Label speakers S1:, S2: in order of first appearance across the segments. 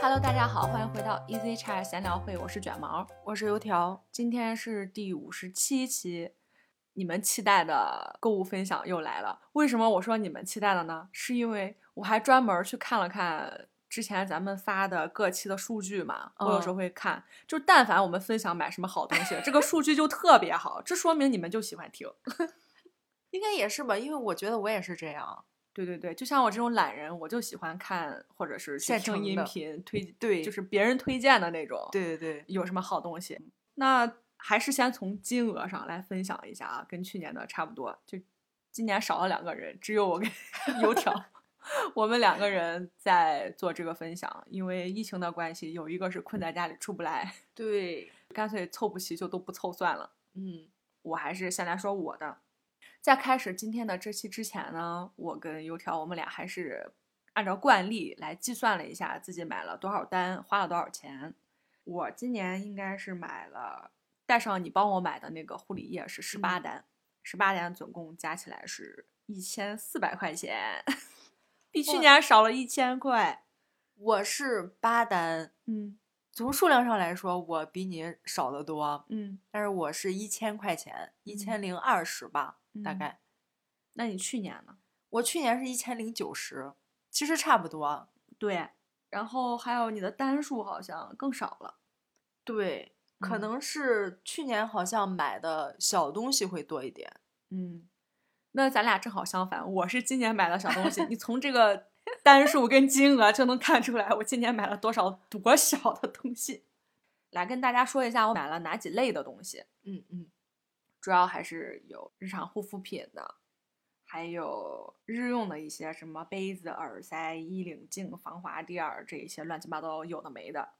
S1: Hello，大家好，欢迎回到 Easy Chat 闲聊会，我是卷毛，
S2: 我是油条，
S1: 今天是第五十七期，你们期待的购物分享又来了。为什么我说你们期待的呢？是因为我还专门去看了看之前咱们发的各期的数据嘛，我有时候会看，就但凡我们分享买什么好东西，这个数据就特别好，这说明你们就喜欢听。
S2: 应该也是吧，因为我觉得我也是这样。
S1: 对对对，就像我这种懒人，我就喜欢看或者是去
S2: 现
S1: 听
S2: 成
S1: 音
S2: 的
S1: 频推，就
S2: 对
S1: 是别人推荐的那种。
S2: 对对对，
S1: 有什么好东西。那还是先从金额上来分享一下啊，跟去年的差不多，就今年少了两个人，只有我跟油条， 我们两个人在做这个分享，因为疫情的关系，有一个是困在家里出不来，
S2: 对，
S1: 干脆凑不齐就都不凑算了。
S2: 嗯
S1: 我还是先来说我的。在开始今天的这期之前呢，我跟油条我们俩还是按照惯例来计算了一下自己买了多少单，花了多少钱。我今年应该是买了，带上你帮我买的那个护理液是十八
S2: 嗯
S1: 单，十八、单总共加起来是一千四百块钱，比去
S2: 哇
S1: 年少了一千块。
S2: 我是八单，
S1: 嗯
S2: 从数量上来说，我比你少得多，
S1: 嗯，
S2: 但是我是一千块钱，一千零二十吧，大
S1: 嗯
S2: 概。
S1: 那你去年呢？
S2: 我去年是一千零九十，其实差不多。
S1: 对，然后还有你的单数好像更少了。
S2: 对，可
S1: 嗯
S2: 能是去年好像买的小东西会多一点。
S1: 嗯，那咱俩正好相反，我是今年买的小东西，你从这个单数跟金额就能看出来我今年买了多少多小的东西。来跟大家说一下我买了哪几类的东西，
S2: 嗯嗯，
S1: 主要还是有日常护肤品的，还有日用的一些什么杯子、耳塞、衣领镜、防滑垫儿这一些乱七八糟有的没的。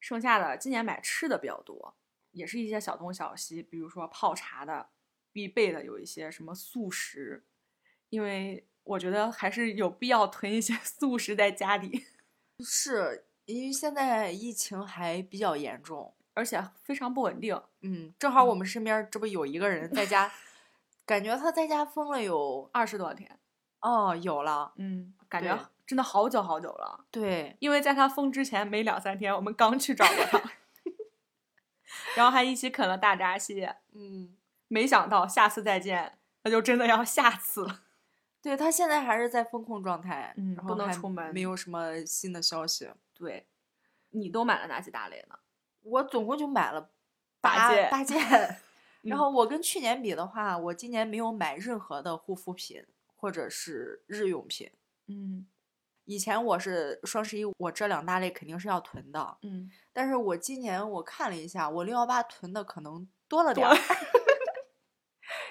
S1: 剩下的今年买吃的比较多，也是一些小东小西，比如说泡茶的必备的有一些什么速食，因为我觉得还是有必要囤一些 速食在家里，
S2: 因为现在疫情还比较严重。
S1: 而且非常不稳定。
S2: 嗯，正好我们身边儿这不有一个人在家，感觉他在家疯了有
S1: 二十多天，
S2: 哦，有了，
S1: 嗯，感
S2: 对
S1: 觉真的好久好久了。
S2: 对，
S1: 因为在他封之前没两三天，我们刚去找过他， 然后还一起啃了大闸蟹。
S2: 嗯，
S1: 没想到下次再见，那就真的要下次了。
S2: 对他现在还是在风控状态，
S1: 嗯
S2: 然
S1: 不
S2: 后
S1: 能
S2: 还
S1: 出门
S2: 没有什么新的消息。
S1: 对，你都买了哪几大类呢？
S2: 我总共就买了
S1: 八
S2: 八
S1: 件
S2: 八件，
S1: 嗯
S2: 然后我跟去年比的话，我今年没有买任何的护肤品或者是日用品。
S1: 嗯
S2: 以前我是双十一，我这两大类肯定是要囤的，
S1: 嗯，
S2: 但是我今年我看了一下，我六幺八囤的可能多了点
S1: 多
S2: 儿，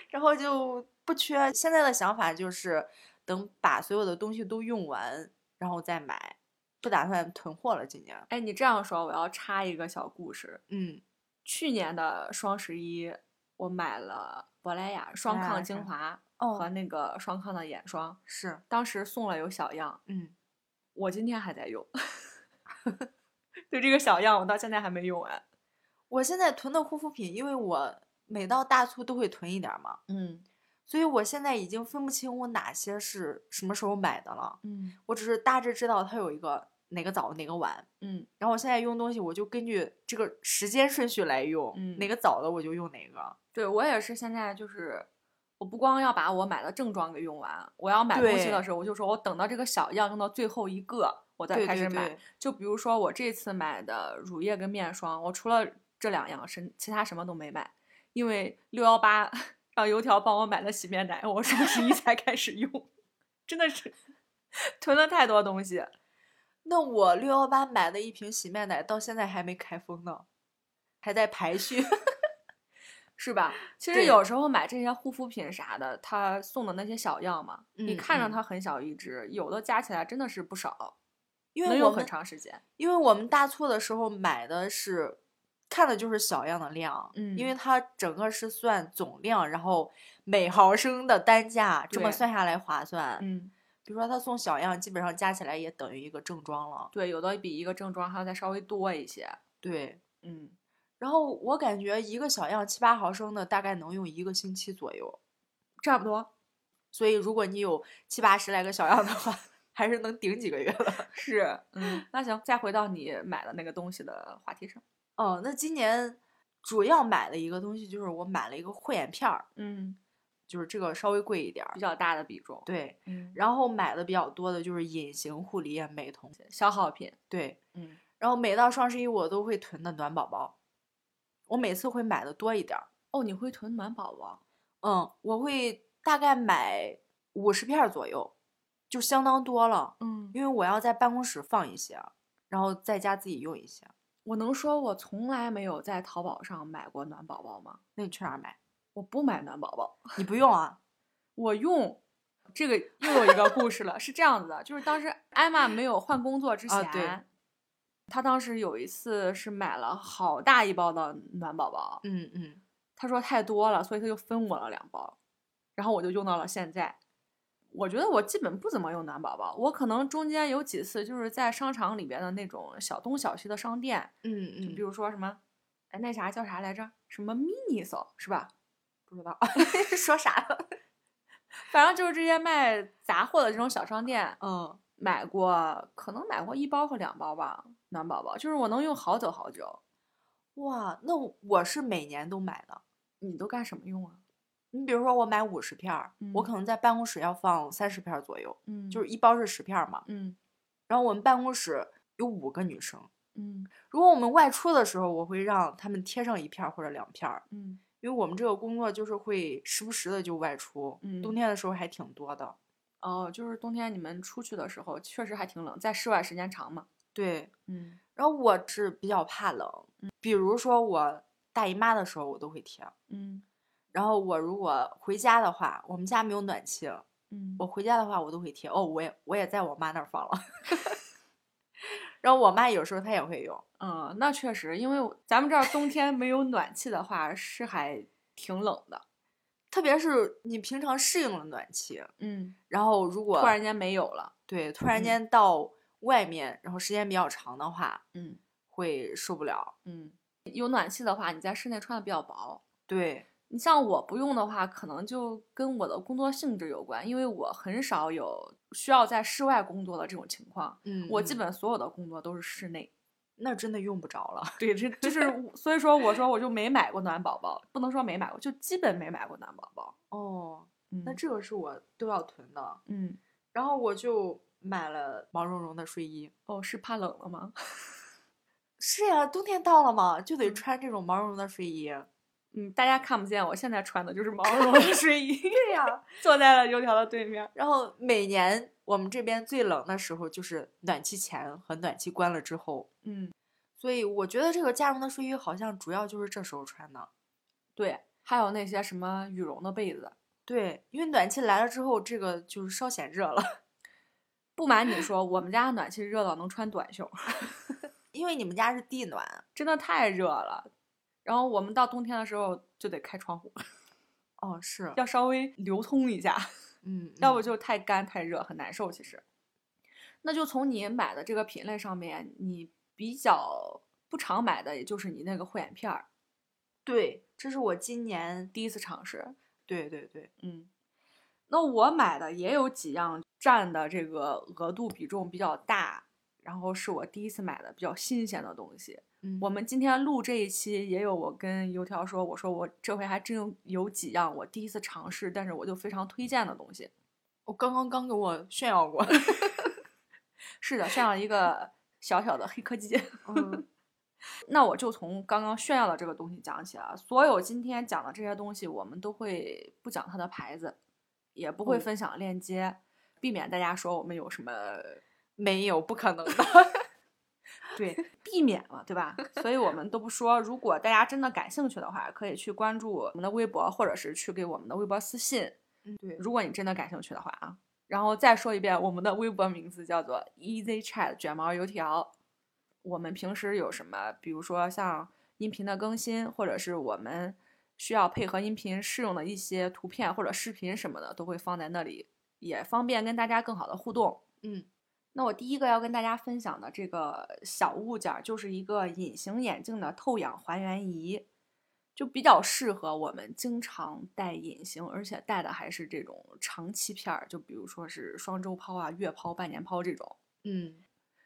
S2: 然后就不缺。现在的想法就是等把所有的东西都用完，然后再买，不打算囤货了。今年，
S1: 哎，你这样说，我要插一个小故事。
S2: 嗯，
S1: 去年的双十一，我买了珀莱雅双
S2: 珀莱雅
S1: 抗
S2: 是
S1: 精华和
S2: 哦，
S1: 那个双抗的眼霜，
S2: 是，
S1: 当时送了有小样，
S2: 嗯，
S1: 我今天还在用。 就这个小样，我到现在还没用完。
S2: 我现在囤的护肤品，因为我每到大促都会囤一点儿嘛，
S1: 嗯
S2: 所以我现在已经分不清我哪些是什么时候买的了，
S1: 嗯
S2: 我只是大致知道它有一个哪个早哪个晚。
S1: 嗯，
S2: 然后我现在用东西，我就根据这个时间顺序来用，
S1: 嗯
S2: 哪个早的我就用哪个。
S1: 对我也是，现在就是我不光要把我买的正装给用完，我要买东西的
S2: 对
S1: 时候，我就说我等到这个小样用到最后一个，我再开始买。
S2: 对
S1: 就比如说我这次买的乳液跟面霜，我除了这两样是其他什么都没买，因为六幺八让油条帮我买的洗面奶，我双十一才开始用， 真的是囤了太多东西。
S2: 那我六幺八买的一瓶洗面奶到现在还没开封呢，还在排 序。
S1: 是吧？其实
S2: 对
S1: 有时候买这些护肤品啥的，它送的那些小样嘛，你
S2: 嗯
S1: 看着
S2: 嗯
S1: 它很小一支，有的加起来真的是不少，
S2: 因
S1: 能
S2: 为我
S1: 用很
S2: 们
S1: 长时间。
S2: 因为我们大促的时候买的是看的就是小样的量，
S1: 嗯
S2: 因为它整个是算总量，然后每毫升的单价这么
S1: 对
S2: 算下来划算。
S1: 嗯，
S2: 比如说它送小样，基本上加起来也等于一个正装了。
S1: 对，有的比一个正装还要再稍微多一些。
S2: 对，
S1: 嗯，
S2: 然后我感觉一个小样七八毫升的大概能用一个星期左右，
S1: 差不多。
S2: 所以如果你有七八十来个小样的话， 还是能顶几个月的。
S1: 是，嗯， 那行，再回到你买的那个东西的话题上。
S2: 哦，那今年主要买的一个东西就是我买了一个护眼片儿，
S1: 嗯，
S2: 就是这个稍微贵一点儿
S1: 比。较大的比重。，
S2: 对，
S1: 嗯，
S2: 然后买的比较多的就是隐形护理液、美瞳。
S1: 消耗品。
S2: 对，
S1: 嗯，
S2: 然后每到双十一我都会囤的暖宝宝，我每次会买的多一点儿。
S1: 哦，你会囤暖宝宝？
S2: 嗯，我会大概买五十片儿左右，就相当多了，
S1: 嗯，
S2: 因为我要在办公室放一些，啊然后在家自己用一些。
S1: 我能说我从来没有在淘宝上买过暖宝宝吗？
S2: 那你去哪儿买？
S1: 我不买暖宝宝，
S2: 你不用啊？
S1: 我用。这个又有一个故事了，是这样子的，就是当时艾玛没有换工作之前，
S2: 啊对
S1: 她当时有一次是买了好大一包的暖宝宝，
S2: 嗯嗯，
S1: 他说太多了，所以他就分我了两包，然后我就用到了现在。我觉得我基本不怎么用暖宝宝，我可能中间有几次就是在商场里边的那种小东小西的商店，
S2: 嗯
S1: 就
S2: 嗯，
S1: 比如说什么，哎那啥叫啥来着？什么 Miniso 是吧？不知道，
S2: 说啥了？
S1: 反正就是这些卖杂货的这种小商店，
S2: 嗯
S1: 买过可能买过一包和两包吧，暖宝宝就是我能用好久好久。
S2: 哇，那我我是每年都买的。
S1: 你都干什么用啊？
S2: 你比如说，我买五十片儿，我
S1: 嗯
S2: 可能在办公室要放三十片儿左右，
S1: 嗯
S2: 就
S1: 就是是
S2: 一包是十片儿嘛。
S1: 嗯
S2: 然后我们办公室有五个女生，
S1: 嗯
S2: 如果我们外出的时候，我会让她们贴上一片儿或者两片儿，
S1: 嗯
S2: 因为我们这个工作就是会时不时的就外出，
S1: 嗯
S2: 冬天的时候还挺多的。
S1: 哦，就是冬天你们出去的时候，确实还挺冷，在室外时间长嘛。
S2: 对，
S1: 嗯
S2: 然后我是比较怕冷，比如说我大姨妈的时候我都会贴，
S1: 嗯
S2: 然后我如果回家的话，我们家没有暖气，
S1: 嗯
S2: 我回家的话我都会贴。哦，我也我也在我妈那儿放了， 然后我妈有时候她也会用。
S1: 嗯，那确实，因为我咱们这儿冬天没有暖气的话，是还挺冷的。
S2: 特别是你平常适应了暖气，
S1: 嗯，
S2: 然后如果
S1: 突然间没有了。
S2: 对，突然
S1: 嗯
S2: 间到外面，然后时间比较长的话，
S1: 嗯
S2: 会受不了。
S1: 嗯，有暖气的话，你在室内穿的比较薄。
S2: 对，
S1: 你像我不用的话，可能就跟我的工作性质有关，因为我很少有需要在室外工作的这种情况。
S2: 嗯
S1: 我基本所有的工作都是室 内。
S2: 那真的用不着了。
S1: 对，这就是 我所以说我说我就没买过暖宝宝，不能说没买过，就基本没买过暖宝宝。
S2: 哦，
S1: 嗯
S2: 那这个是我都要囤的。
S1: 嗯
S2: 然后我就买了毛茸茸的睡衣。
S1: 哦是怕冷了吗？
S2: 是呀，冬天到了嘛，就得
S1: 嗯
S2: 穿这种毛茸茸的睡 衣。
S1: 嗯，大家看不见，我现在穿的就是毛 茸茸的睡衣，
S2: 对呀，
S1: 坐在了油条的对面。
S2: 然后每年我们这边最冷的时候就是暖气前和暖气关了之后，
S1: 嗯，
S2: 所以我觉得这个加绒的睡衣好像主要就是这时候穿的。
S1: 对，还有那些什么羽绒的被子。
S2: 对，因为暖气来了之后，这个就是稍显热了。
S1: 不瞒你说，我们家暖气热到能穿短袖，
S2: 因为你们家是地暖
S1: 真的太热了。然后我们到冬天的时候就得开窗户，
S2: 哦，是，
S1: 要稍微流通一下。
S2: 嗯，
S1: 要不
S2: 嗯
S1: 就太干太热，很难受。其实，那就从你买的这个品类上面，你比较不常买的，也就是你那个护眼片儿，
S2: 对，这是我今年
S1: 第一次尝试。
S2: 对对对，
S1: 嗯，那我买的也有几样占的这个额度比重比较大，然后是我第一次买的比较新鲜的东西。
S2: 嗯
S1: 我们今天录这一期也有我跟油条说，我说我这回还真有有几样我第一次尝试，但是我就非常推荐的东西。
S2: 我刚刚刚给我炫耀过，
S1: 是的，像一个小小的黑科技。
S2: 嗯
S1: 那我就从刚刚炫耀的这个东西讲起啊。所有今天讲的这些东西，我们都会不讲它的牌子，也不会
S2: 嗯
S1: 分享链接，避免大家说我们有什么
S2: 没有不可能的，
S1: 对避免嘛，对吧？所以我们都不说。如果大家真的感兴趣的话，可以去关注我们的微博，或者是去给我们的微博私信。
S2: 嗯对，
S1: 如果你真的感兴趣的话啊。然后再说一遍，我们的微博名字叫做 Easy Chat 卷毛油条。我们平时有什么，比如说像音频的更新，或者是我们需要配合音频试用的一些图片或者视频什么的，都会放在那里，也方便跟大家更好的互动。
S2: 嗯
S1: 那我第一个要跟大家分享的这个小物件儿，就是一个隐形眼镜的透氧还原仪。就比较适合我们经常戴隐形，而且戴的还是这种长期片儿，就比如说是双周抛啊、月抛、半年抛这种。
S2: 嗯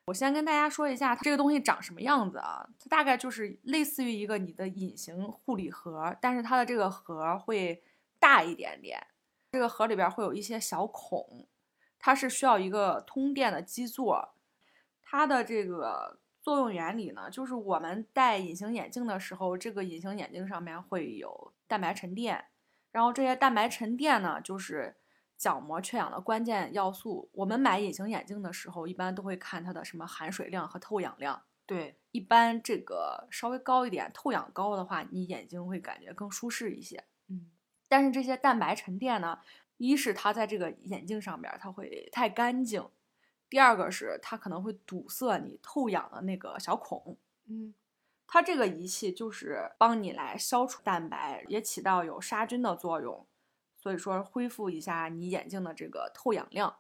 S1: 我先跟大家说一下这个东西长什么样子啊，它大概就是类似于一个你的隐形护理盒，但是它的这个盒会大一点点，这个盒里边会有一些小孔，它是需要一个通电的基座，它的这个作用原理呢，就是我们戴隐形眼镜的时候，这个隐形眼镜上面会有蛋白沉淀，然后这些蛋白沉淀呢，就是角膜缺氧的关键要素。我们买隐形眼镜的时候，一般都会看它的什么含水量和透氧量。
S2: 对，
S1: 一般这个稍微高一点，透氧高的话，你眼睛会感觉更舒适一些。
S2: 嗯
S1: 但是这些蛋白沉淀呢，一是它在这个眼镜上边儿它会太干净，第二个是它可能会堵塞你透氧的那个小孔。
S2: 嗯
S1: 它这个仪器就是帮你来消除蛋白，也起到有杀菌的作用，所以说恢复一下你眼睛的这个透氧量。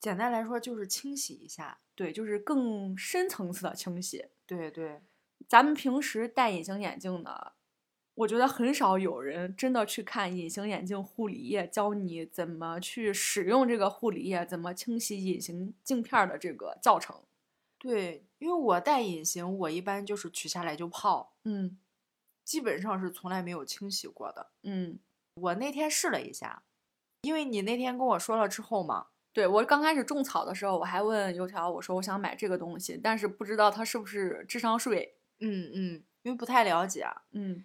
S2: 简单来说就是清洗一下。
S1: 对，就是更深层次的清洗。
S2: 对对，
S1: 咱们平时戴隐形眼镜呢，我觉得很少有人真的去看隐形眼镜护理液，教你怎么去使用这个护理液，怎么清洗隐形镜片儿的这个教程。
S2: 对，因为我戴隐形，我一般就是取下来就泡，
S1: 嗯
S2: 基本上是从来没有清洗过的。
S1: 嗯，
S2: 我那天试了一下，因为你那天跟我说了之后嘛，
S1: 对我刚开始种草的时候，我还问油条，我说我想买这个东西，但是不知道它是不是智商税。
S2: 嗯嗯，因为不太了解，啊
S1: 嗯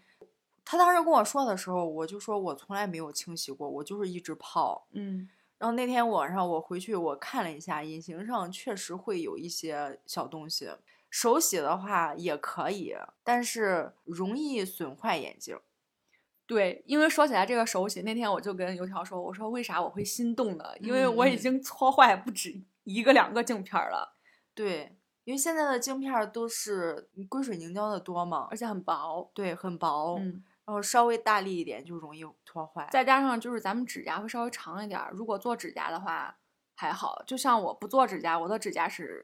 S2: 他当时跟我说的时候，我就说我从来没有清洗过，我就是一直泡。
S1: 嗯
S2: 然后那天晚上我回去我看了一下，隐形上确实会有一些小东西，手洗的话也可以，但是容易损坏眼睛。，
S1: 对，因为说起来这个手洗，那天我就跟油条说，我说为啥我会心动呢？因为我
S2: 嗯
S1: 已
S2: 嗯
S1: 经搓坏不止一个两个镜片儿了，
S2: 对，因为现在的镜片儿都是嗯硅水凝胶的多嘛
S1: 而，且很薄。
S2: 对，很薄，
S1: 嗯，
S2: 然后稍微大力一点就容易脱坏。
S1: 再加上就是咱们指甲会稍微长一点儿，如果做指甲的话还好，就像我不做指甲，我的指甲是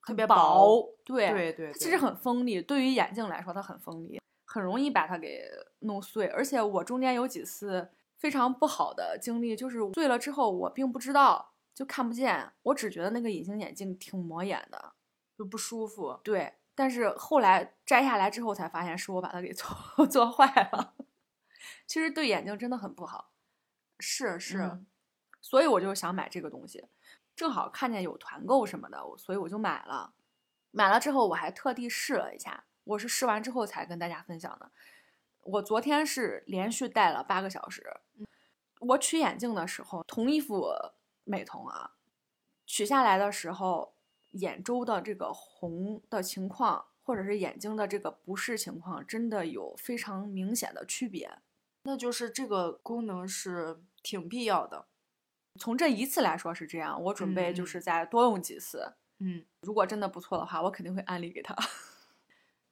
S2: 特
S1: 很
S2: 别薄
S1: 薄，对，
S2: 对对，
S1: 它其
S2: 对
S1: 实很锋利，对于眼镜来说，它很锋利，很容易把它给弄碎。而且我中间有几次非常不好的经历，就是碎了之后我并不知道，就看不见，我只觉得那个隐形眼镜挺磨眼的。
S2: 就不舒服。
S1: 对，但是后来摘下来之后才发现是我把它给 做做坏了，其实对眼睛真的很不好。
S2: 是是，
S1: 嗯所以我就想买这个东西，正好看见有团购什么的，我所以我就买了。买了之后，我还特地试了一下，我是试完之后才跟大家分享的。我昨天是连续戴了八个小时。我取眼镜的时候，同一副美瞳啊，取下来的时候，眼周的这个红的情况，或者是眼睛的这个不适情况，真的有非常明显的区别。
S2: 那就是这个功能是挺必要的。
S1: 从这一次来说是这样，我准备就
S2: 嗯
S1: 是再多用几次。
S2: 嗯，
S1: 如果真的不错的话，我肯定会安利给他。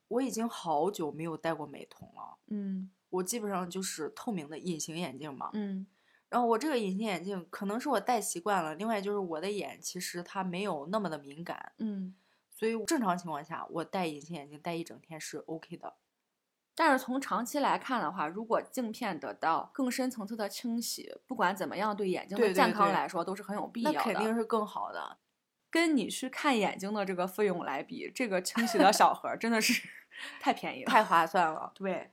S2: 我已经好久没有戴过美瞳了，
S1: 嗯
S2: 我基本上就是透明的隐形眼镜嘛。
S1: 嗯
S2: 然后我这个隐形眼镜可能是我戴习惯了，另外就是我的眼其实它没有那么的敏感，
S1: 嗯。
S2: 所以正常情况下我戴隐形眼镜戴一整天是 OK 的。
S1: 但是从长期来看的话，如果镜片得到更深层次的清洗，不管怎么样，对眼睛
S2: 对
S1: 的
S2: 对
S1: 健康
S2: 对
S1: 来说都是很有必要
S2: 那
S1: 的。
S2: 肯定是更好的。
S1: 跟你去看眼睛的这个费用来比，这个清洗的小盒儿真的是 太便宜了。
S2: 太划 算了。
S1: 对，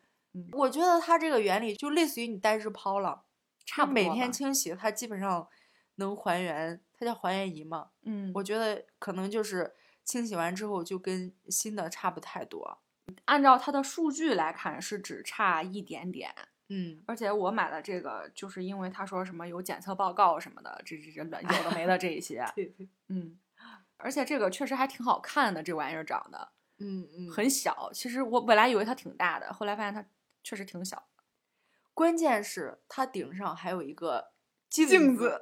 S2: 我觉得它这个原理就类似于你戴日抛了，
S1: 差
S2: 它
S1: 不
S2: 每
S1: 多
S2: 天
S1: 吧
S2: 清洗，它基本上能还原，它叫还原仪嘛。
S1: 嗯，
S2: 我觉得可能就是清洗完之后就跟新的差不太多。
S1: 按照它的数据来看是只差一点点，
S2: 嗯，
S1: 而且我买的这个就是因为他说什么有检测报告什么的，这这这乱有的没的这一 些，
S2: 对对，
S1: 嗯，而且这个确实还挺好看的，这玩意儿长得
S2: 嗯嗯，
S1: 很小。其实我本来以为它挺大的，后来发现它确实挺小。
S2: 关键是它顶上还有一个镜
S1: 镜
S2: 子
S1: 子，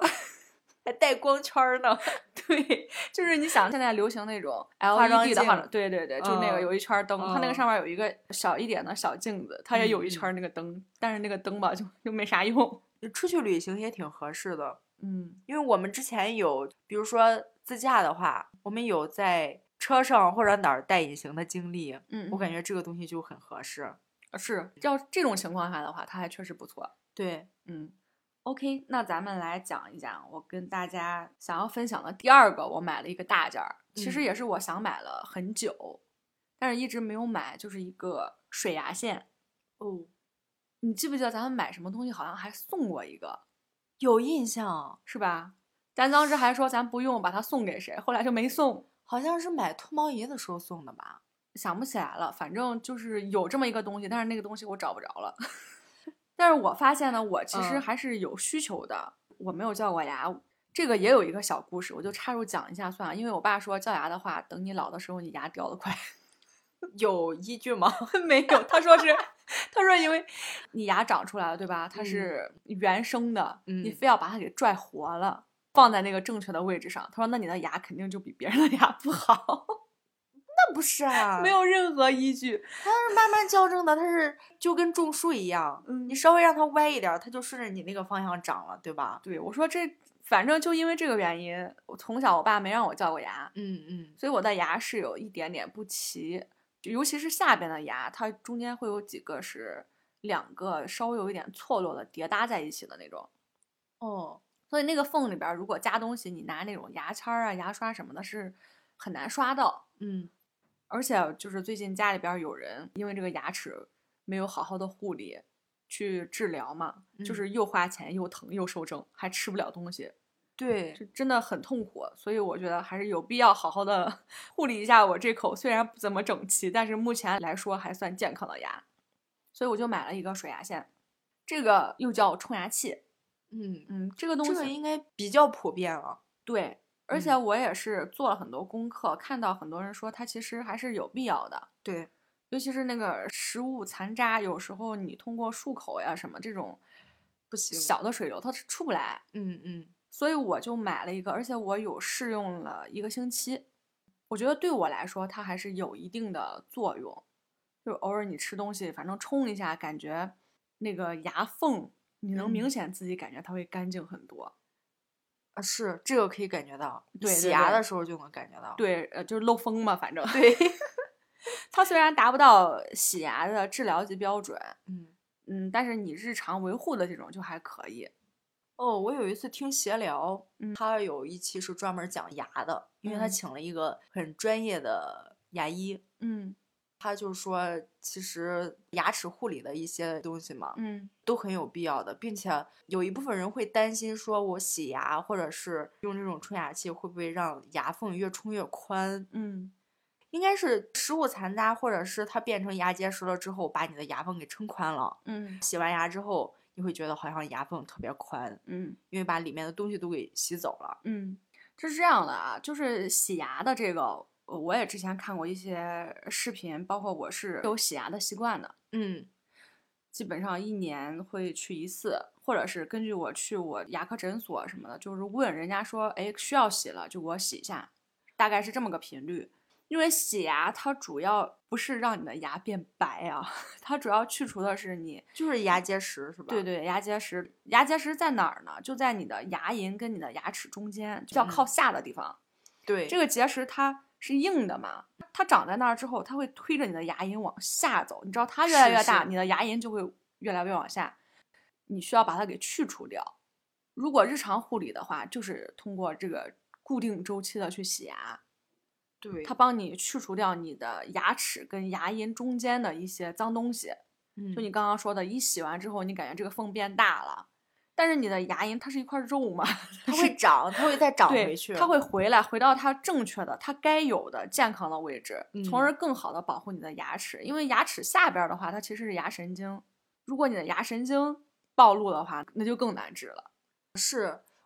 S2: 还带光圈儿呢。
S1: 对，就是你想现在流行那种
S2: 化妆
S1: LED E 的化
S2: 镜
S1: 妆，对对对，就那个
S2: 嗯
S1: 有一圈儿灯，它那个
S2: 嗯
S1: 上面有一个小一点的小镜子，它也有一圈儿那个灯，但是那个灯吧就又没啥用。
S2: 出去旅行也挺合适的，
S1: 嗯
S2: 因为我们之前有，比如说自驾的话，我们有在车上或者哪儿戴隐形的经历。
S1: 嗯，
S2: 我感觉这个东西就很合适。
S1: 呃是要这种情况下的话，它还确实不错。
S2: 对，
S1: 嗯，OK，那咱们来讲一讲我跟大家想要分享的第二个，我买了一个大件儿，其实
S2: 嗯
S1: 也是我想买了很久，但是一直没有买，就是一个水牙线。
S2: 哦，
S1: 你记不记得咱们买什么东西好像还送过一个，
S2: 有印象，
S1: 是吧？咱当时还说咱不用，把它送给谁，后来就没送，
S2: 好像是买脱毛仪的时候送的吧？
S1: 想不起来了。反正就是有这么一个东西，但是那个东西我找不着了。 但是我发现呢，我其实
S2: 嗯
S1: 还是有需求的。我没有叫过牙，这个也有一个小故事，我就插入讲一下算了。因为我爸说，叫牙的话，等你老的时候，你牙掉的快。
S2: 有依据吗？
S1: 没有，他说是， 他说因为你牙长出来了，对吧？它
S2: 嗯
S1: 是原生的，你
S2: 嗯
S1: 非要把它给拽活了，放在那个正确的位置上。他说，那你的牙肯定就比别人的牙不好，
S2: 那不是啊，
S1: 没有任何依据。
S2: 它是慢慢矫正的，它是就跟种树一样，
S1: 嗯
S2: 你稍微让它歪一点儿，它就顺着你那个方向长了，对吧？
S1: 对我说这，反正就因为这个原因，我从小我爸没让我叫过牙，
S2: 嗯嗯，
S1: 所以我的牙是有一点点不齐，就尤其是下边的牙，它中间会有几个是两个稍微有一点错落的叠搭在一起的那种。
S2: 哦，
S1: 所以那个缝里边儿如果加东西，你拿那种牙签儿啊、牙刷什么的，是很难刷到。
S2: 嗯
S1: 而且就是最近家里边儿有人因为这个牙齿没有好好的护理，去治疗嘛，就
S2: 嗯
S1: 是又花钱又疼又受症，还吃不了东西，
S2: 对，
S1: 这真的很痛苦。所以我觉得还是有必要好好的 护理一下我这口虽然不怎么整齐，但是目前来说还算健康的牙。所以我就买了一个水牙线，这个又叫冲牙器。
S2: 嗯，
S1: 嗯，这个东西
S2: 这个应该比较普遍了。
S1: 对，而且
S2: 嗯
S1: 我也是做了很多功课，看到很多人说它其实还是有必要的，
S2: 对，
S1: 尤其是那个食物残渣，有时候你通过漱口呀什么这种
S2: 不行，
S1: 小的水流它是出不来，
S2: 嗯嗯，
S1: 所以我就买了一个，而且我有试用了一个星期，我觉得对我来说它还是有一定的作用，就偶尔你吃东西，反正冲一下，感觉那个牙缝你能明
S2: 嗯
S1: 显自己感觉它会干净很多。
S2: 啊是这个可以感觉到，
S1: 对
S2: 洗
S1: 对
S2: 牙
S1: 对
S2: 的时候就能感觉到。，
S1: 对，呃，就是漏风嘛， 反正对。它虽然达不到洗牙的治疗级标准，
S2: 嗯，
S1: 嗯，但是你日常维护的这种就还可以。
S2: 哦，我有一次听闲聊，
S1: 嗯
S2: 他有一期是专门讲牙的，因为他
S1: 嗯
S2: 请了一个很专业的牙医，
S1: 嗯
S2: 他就说其实牙齿护理的一些东西嘛，
S1: 嗯
S2: 都很有必要的，并且有一部分人会担心说，我洗牙或者是用这种冲牙器会不会让牙缝越冲越宽？
S1: 嗯，
S2: 应该是食物残渣，或者是它变成牙结石了之后，把你的牙缝给撑宽了。
S1: 嗯
S2: 洗完牙之后，你会觉得好像牙缝特别宽，
S1: 嗯
S2: 因为把里面的东西都给洗走了。
S1: 嗯，是这样的啊，就是洗牙的这个，呃我也之前看过一些视频，包括我是有洗牙的习惯的，
S2: 嗯
S1: 基本上一年会去一次，或者是根据我去我牙科诊所什么的，就是问人家说，哎，需要洗了就给我洗一下，大概是这么个频率。因为洗牙它主要不是让你的牙变白啊， 它主要去除的是你
S2: 就是牙结石是吧？
S1: 对对牙结石。牙结石在哪儿呢？就在你的牙龈跟你的牙齿中间，就要靠
S2: 嗯
S1: 下的地方。
S2: 对，
S1: 这个结石它是硬的嘛，它长在那儿之后，它会推着你的牙龈往下走。你知道它越来
S2: 是
S1: 越大，
S2: 是
S1: 你的牙龈就会越来越往下，你需要把它给去除掉。如果日常护理的话，就是通过这个固定周期的去洗牙，
S2: 对
S1: 它帮你去除掉你的牙齿跟牙龈中间的一些脏东西。就你
S2: 嗯
S1: 刚刚说的，一洗完之后，你感觉这个缝变大了，但是你的牙龈它是一块肉嘛，
S2: 它会长，它会再长
S1: 对，
S2: 回去。
S1: 它会回来，回到它正确的、它该有的健康的位置，从
S2: 嗯
S1: 而更好的保护你的牙齿。因为牙齿下边儿的话，它其实是牙神经，如果你的牙神经暴露的话，那就更难治了。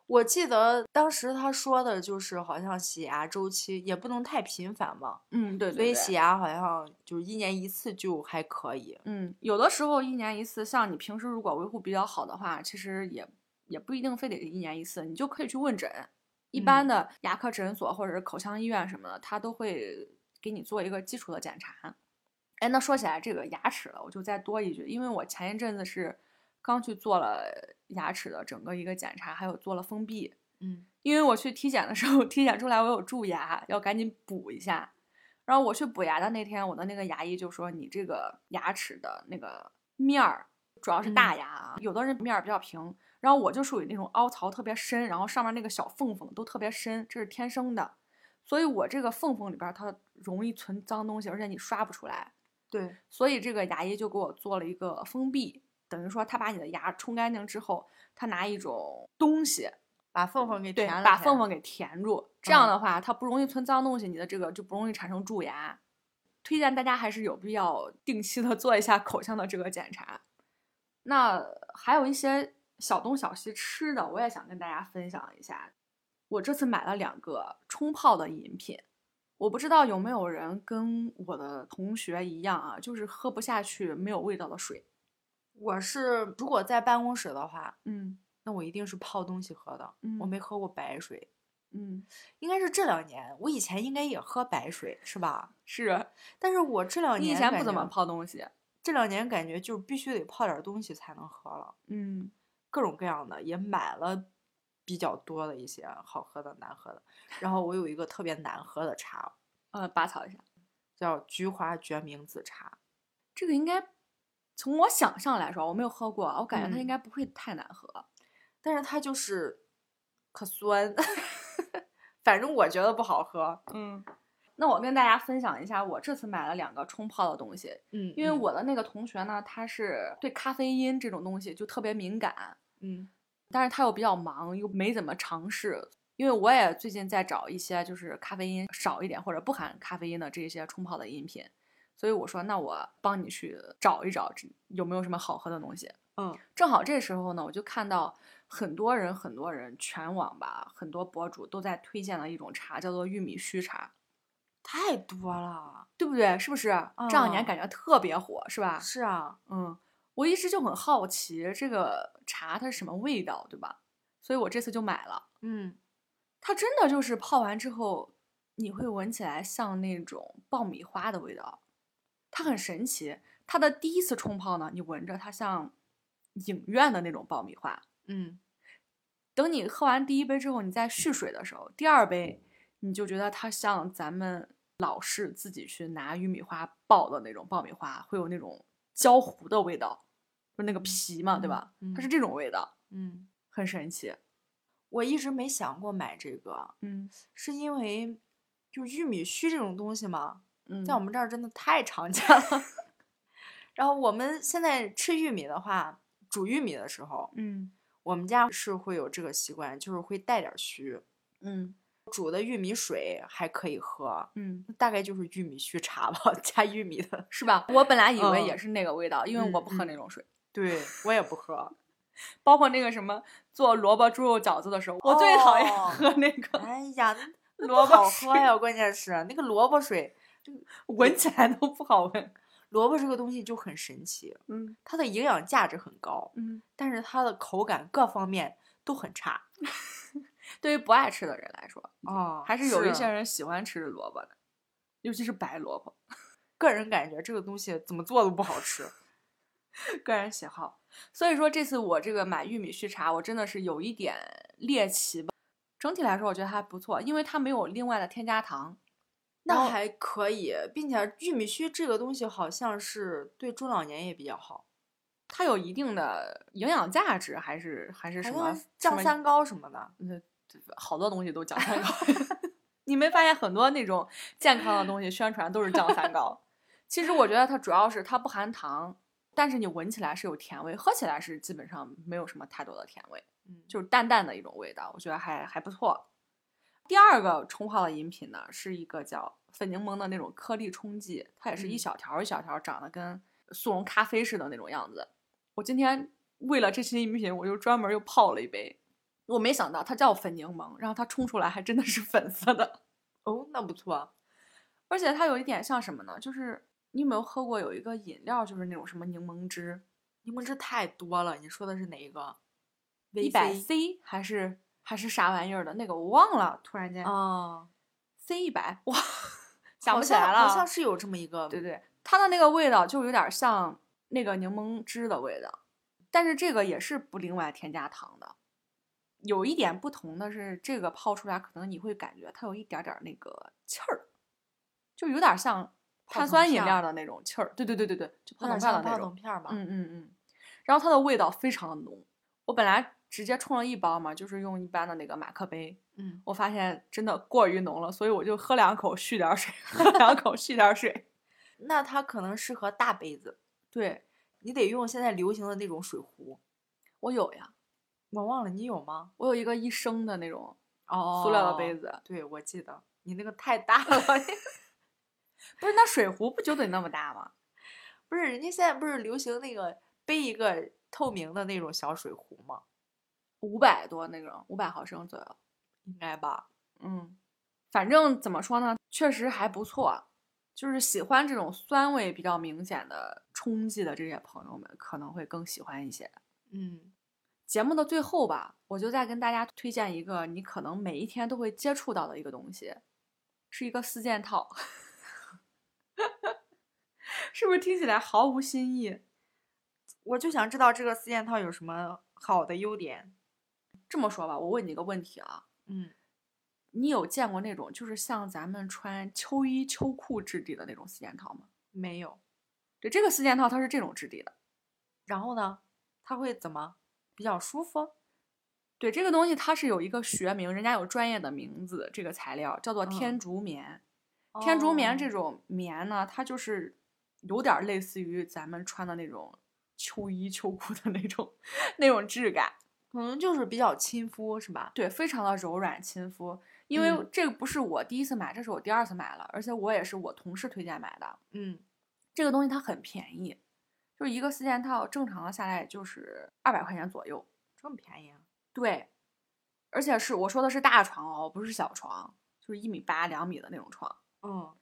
S2: 我记得当时他说的就是，好像洗牙周期也不能太频繁嘛，
S1: 嗯，对
S2: 所
S1: 对
S2: 以
S1: 对。
S2: 洗牙好像就是一年一次就还可以。
S1: 嗯，有的时候一年一次，像你平时如果维护比较好的话，其实也也不一定非得一年一次，你就可以去问诊。一般
S2: 嗯
S1: 的牙科诊所或者是口腔医院什么的，他都会给你做一个基础的检查。哎，那说起来这个牙齿了，我就再多一句，因为我前一阵子是刚去做了牙齿的整个一个检查，还有做了封闭。
S2: 嗯，
S1: 因为我去体检的时候，体检出来我有蛀牙，要赶紧补一下。然后我去补牙的那天，我的那个牙医就说：“你这个牙齿的那个面儿，主要是大
S2: 嗯
S1: 牙啊，有的人面儿比较平，然后我就属于那种凹槽特别深，然后上面那个小缝缝都特别深，这是天生的。所以我这个缝缝里边儿它容易存脏东西，而且你刷不出来。
S2: 对，
S1: 所以这个牙医就给我做了一个封闭，等于说他把你的牙冲干净之后，他拿一种东西
S2: 把缝缝给
S1: 对，
S2: 填了填，
S1: 把缝缝给填住。这样
S2: 嗯
S1: 的话，它不容易存脏东西，你的这个就不容易产生蛀牙。推荐大家还是有必要定期的做一下口腔的这个检查。那还有一些小东小西吃的，我也想跟大家分享一下。我这次买了两个冲泡的饮品，我不知道有没有人跟我的同学一样啊，就是喝不下去没有味道的水。
S2: 我是如果在办公室的话，
S1: 嗯
S2: 那我一定是泡东西喝的，我
S1: 嗯
S2: 没喝过白水。
S1: 嗯，
S2: 应该是这两年，我以前应该也喝白水，是吧？
S1: 是
S2: 但是我这两
S1: 你
S2: 年
S1: 以前
S2: 感
S1: 不怎
S2: 觉
S1: 么，泡东西。
S2: 这两年感觉就是必须得泡点儿东西才能喝了，
S1: 嗯，
S2: 各种各样的也买了比较多的一些好喝的、难喝的。然后我有一个特别难喝的茶，
S1: 呃，拔草一下。
S2: 叫菊花决明子茶，
S1: 这个应该从我想象来说，我没有喝过啊，我感觉它
S2: 嗯
S1: 应该不会太难喝。
S2: 但是它就是可酸， 反正我觉得不好喝。
S1: 嗯，那我跟大家分享一下，我这次买了两个冲泡的东西，
S2: 嗯，
S1: 因为
S2: 嗯
S1: 我的那个同学呢，他是对咖啡因这种东西就特别敏感，
S2: 嗯
S1: 但是他又比较忙，又没怎么尝试。因为我也最近在找一些就是咖啡因少一点或者不含咖啡因的这些冲泡的饮品，所以我说那我帮你去找一找这有没有什么好喝的东西。
S2: 嗯
S1: 正好这时候呢，我就看到很多人，很多人全网吧，很多博主都在推荐了一种茶，叫做玉米须茶，
S2: 太多了。
S1: 对不对？是不是？这两年
S2: 嗯
S1: 感觉特别火，是吧？
S2: 是啊，
S1: 嗯，我一直就很好奇这个茶它是什么味道，对吧？所以我这次就买了。
S2: 嗯，
S1: 它真的就是泡完之后，你会闻起来像那种爆米花的味道，它很神奇。它的第一次冲泡呢，你闻着它像影院的那种爆米花，
S2: 嗯，
S1: 等你喝完第一杯之后，你再续水的时候，第二杯你就觉得它像咱们老式自己去拿玉米花爆的那种爆米花，会有那种焦糊的味道，就那个皮嘛，对吧？
S2: 嗯
S1: 它是这种味道，
S2: 嗯，
S1: 很神奇。
S2: 我一直没想过买这个，
S1: 嗯
S2: 是因为就玉米须这种东西嘛，
S1: 嗯
S2: 在我们这儿真的太常见了。 然后我们现在吃玉米的话，煮玉米的时候，
S1: 嗯
S2: 我们家是会有这个习惯，就是会带点儿须。
S1: 嗯
S2: 煮的玉米水还可以喝，
S1: 嗯，
S2: 大概就是玉米须茶吧， 加玉米的。
S1: 是吧？我本来以为
S2: 嗯
S1: 也是那个味道，因为我
S2: 嗯
S1: 不喝
S2: 嗯
S1: 那种水。
S2: 对我也不喝。
S1: 包括那个什么做萝卜猪肉饺子的时候，我最讨厌
S2: 哦
S1: 喝那个、
S2: 哎呀，那
S1: 萝
S2: 萝
S1: 卜
S2: 卜好喝
S1: 水
S2: 呀！关键是啊那个萝卜水，
S1: 闻起来都不好闻。
S2: 萝卜这个东西就很神奇，
S1: 嗯
S2: 它的营养价值很高，
S1: 嗯，
S2: 但是它的口感各方面都很差。
S1: 对于不爱吃的人来说，
S2: 哦
S1: 还是有一些人喜欢吃萝卜的，尤其是白萝卜。
S2: 个人感觉这个东西怎么做都不好吃。
S1: 个人喜好。所以说这次我这个买玉米须茶，我真的是有一点猎奇吧。整体来说，我觉得还不错，因为它没有另外的添加糖。然
S2: 那
S1: 后
S2: 还可以，并且玉米须这个东西好像是对中老年也比较好，
S1: 它有一定的营养价值，还是还是
S2: 好
S1: 什
S2: 像
S1: 么
S2: 是降
S1: 什么
S2: 三高什么的。
S1: 好多东西都降三高。 你没发现很多那种健康的东西宣传都是降三高？其实我觉得它主要是它不含糖，但是你闻起来是有甜味，喝起来是基本上没有什么太多的甜味，
S2: 嗯，
S1: 就是淡淡的一种味道，我觉得还还不错。第二个冲泡的饮品呢，是一个叫粉柠檬的那种颗粒冲剂，它也是一
S2: 嗯
S1: 小条儿一小条儿，长得跟速溶咖啡似的那种样子。我今天为了这期饮品，我就专门又泡了一杯。我没想到它叫粉柠檬，然后它冲出来还真的是粉色的，
S2: 哦，那不错。
S1: 而且它有一点像什么呢？就是你有没有喝过有一个饮料，就是那种什么柠檬汁，
S2: 柠檬汁太多了，你说的是哪一个？
S1: 一百 C 还是还是啥玩意儿的那个我忘了，突然间、
S2: 啊，
S1: C 一百哇，想
S2: 好
S1: 不起来
S2: 像
S1: 了，
S2: 好像是有这么一个。
S1: 对对，它的那个味道就有点像那个柠檬汁的味道，但是这个也是不另外添加糖的。有一点不同的是，这个泡出来可能你会感觉它有一点点儿那个气儿，就有点像碳
S2: 泡腾
S1: 酸饮
S2: 片儿
S1: 料的那种气儿。对对对对对，就泡腾片儿
S2: 有点像
S1: 的那
S2: 泡
S1: 种
S2: 腾。片儿吧。
S1: 嗯嗯嗯。然后它的味道非常的浓，我本来直接冲了一包嘛，就是用一般的那个马克杯，
S2: 嗯，
S1: 我发现真的过于浓了，所以我就喝两口续点儿水，喝两口续点儿水。
S2: 那它可能适合大杯子，
S1: 对
S2: 你得用现在流行的那种水壶。
S1: 我有呀，
S2: 我忘了你有吗？
S1: 我有一个一升的那种
S2: 哦
S1: 塑料的杯。子，
S2: 对，我记得你那个太大了，
S1: 不是那水壶不就得那么大吗？
S2: 不是人家现在不是流行那个背一个透明的那种小水壶吗？
S1: 五百多那种，五百毫升左右。
S2: 应该吧。
S1: 嗯，反正怎么说呢，确实还不错。就是喜欢这种酸味比较明显的冲剂的这些朋友们，可能会更喜欢一些。
S2: 嗯，
S1: 节目的最后吧，我就再跟大家推荐一个你可能每一天都会接触到的一个东西，是一个四件套， 是不是听起来毫无新意？
S2: 我就想知道这个四件套有什么好的优点。
S1: 这么说吧，我问你一个问题啊，
S2: 嗯，
S1: 你有见过那种就是像咱们穿秋衣秋裤质地的那种四件套吗？
S2: 没有。
S1: 对，这个四件套它是这种质地的。
S2: 然后呢，它会怎么比较舒服？
S1: 对，这个东西它是有一个学名，人家有专业的名字，这个材料叫做
S2: 嗯
S1: 天竺棉。天竺棉这
S2: 哦
S1: 种棉呢，它就是有点儿类似于咱们穿的那种秋衣秋裤的那种那种质感，
S2: 可能就是比较亲肤，是吧？
S1: 对，非常的柔软亲肤。因为
S2: 嗯
S1: 这个不是我第一次买，这是我第二次买了，而且我也是我同事推荐买的。
S2: 嗯，
S1: 这个东西它很便宜，就是一个四件套正常的下来也就是二百块钱左右。
S2: 这么便宜啊？
S1: 对，而且是我说的是大床哦，不是小床，就是一米八、两米的那种床，
S2: 嗯，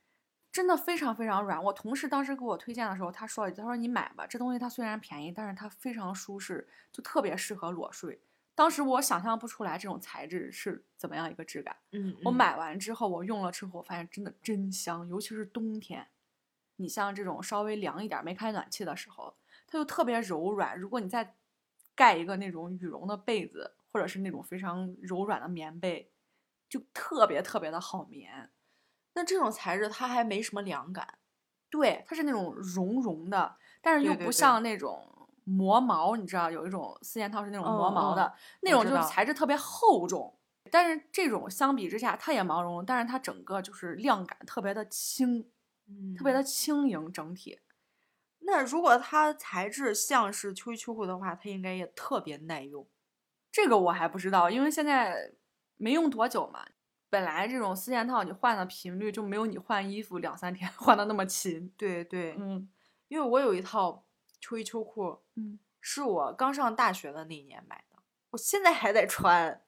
S1: 真的非常非常软。我同事当时给我推荐的时候，他说了一句：“他说你买吧，这东西它虽然便宜，但是它非常舒适，就特别适合裸睡。”当时我想象不出来这种材质是怎么样一个质感。
S2: 嗯
S1: 我
S2: 嗯
S1: 买完之后，我用了之后，我发现真的真香，尤其是冬天，你像这种稍微凉一点儿没开暖气的时候，它就特别柔软。如果你再盖一个那种羽绒的被子，或者是那种非常柔软的棉被，就特别特别的好棉。
S2: 那这种材质它还没什么凉感。
S1: 对，它是那种绒绒的，但是又
S2: 对对
S1: 不
S2: 对
S1: 像那种磨毛，你知道有一种四件套是那种磨
S2: 嗯
S1: 毛
S2: 嗯
S1: 的，那
S2: 我
S1: 种
S2: 知
S1: 就是
S2: 道
S1: 材质特别厚重。但是这种相比之下，它也毛绒，但是它整个就是量感特别的轻，
S2: 嗯
S1: 特别的轻盈整体。
S2: 那如果它材质像是秋衣秋裤的话，它应该也特别耐用。
S1: 这个我还不知道，因为现在没用多久嘛。本来这种四件套你换的频率就没有你换衣服两三天 换的那么勤。
S2: 对对，
S1: 嗯
S2: 因为我有一套秋衣秋裤，
S1: 嗯，
S2: 是我刚上大学的那一年买的，我现在还在穿，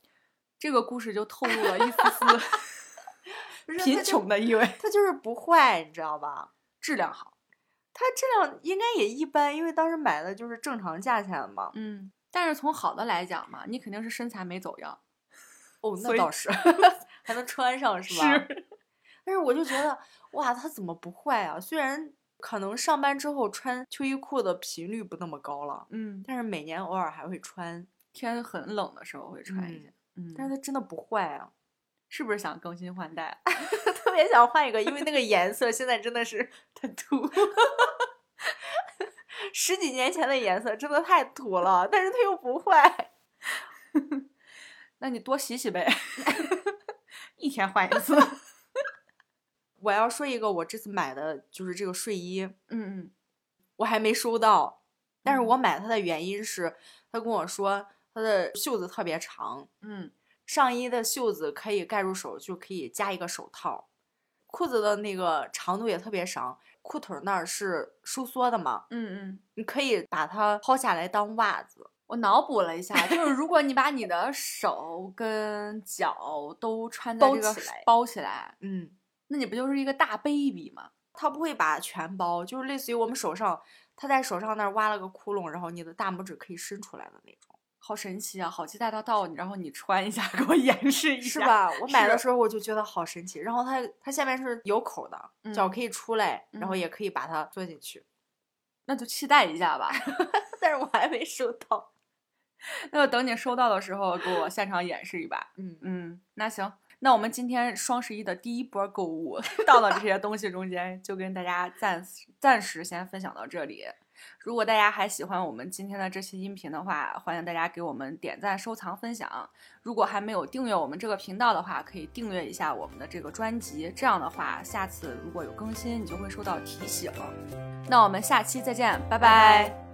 S1: 这个故事就透露了一丝 丝
S2: 就是它
S1: 贫
S2: 就
S1: 穷的意味，
S2: 它就是不坏，你知道吧？
S1: 质量好。
S2: 它质量应该也一般，因为当时买的就是正常价钱嘛。
S1: 嗯，但是从好的来讲嘛，你肯定是身材没走样，
S2: 哦，
S1: 所
S2: 那
S1: 以
S2: 倒是，还能穿上是吧？
S1: 是
S2: 但是我就觉得，哇，它怎么不坏啊？虽然可能上班之后穿秋衣裤的频率不那么高了，
S1: 嗯，
S2: 但是每年偶尔还会穿，
S1: 天很冷的时候会穿一
S2: 嗯
S1: 件，嗯，
S2: 但是它真的不 坏啊。
S1: 是不是想更新换 代？
S2: 特别想换一个，因为那个颜色现在真的是 很 土。十几年前的颜色真的太土了，但是它又不坏。
S1: 那你多洗洗 呗，一天换一次。
S2: 我要说一个，我这次买的就是这个睡衣，
S1: 嗯嗯，
S2: 我还没收到，但是我
S1: 嗯
S2: 买它的原因是，他跟我说它的袖子特别长，
S1: 嗯，
S2: 上衣的袖子可以盖住手，就可以加一个手套，裤子的那个长度也特别长，裤腿儿那儿是收缩的嘛，
S1: 嗯嗯，
S2: 你可以把它薅下来当袜子。
S1: 我脑补了一下，就是如果你把你的手跟脚都穿在
S2: 包
S1: 这个
S2: 起来
S1: 包起来，
S2: 嗯，
S1: 那你不就是一个大 baby 吗？
S2: 它不会把全包，就是类似于我们手上，它在手上那儿挖了个窟窿，然后你的大拇指可以伸出来的那种，
S1: 好神奇啊！好期待它到你，然后你穿一下， 给我演示一下，
S2: 是？吧？我买的
S1: 是
S2: 时候我就觉得好神奇。然后它它下面是有口的，脚
S1: 嗯
S2: 可以出来，然后
S1: 嗯
S2: 也可以把它缩进去。
S1: 那就期待一下吧。
S2: 但是我还没收到。
S1: 呃那就等你收到的时候给我现场演示一把。
S2: 嗯，
S1: 嗯，那行，那我们今天双十一的第一波购物到了这些东西中间，就跟大家暂时暂时先分享到这里。如果大家还喜欢我们今天的这期音频的话，欢迎大家给我们点赞、收藏、分享。如果还没有订阅我们这个频道的话，可以订阅一下我们的这个专辑。这样的话，下次如果有更新，你就会收到提醒。那我们下期再见，拜拜。
S2: 拜拜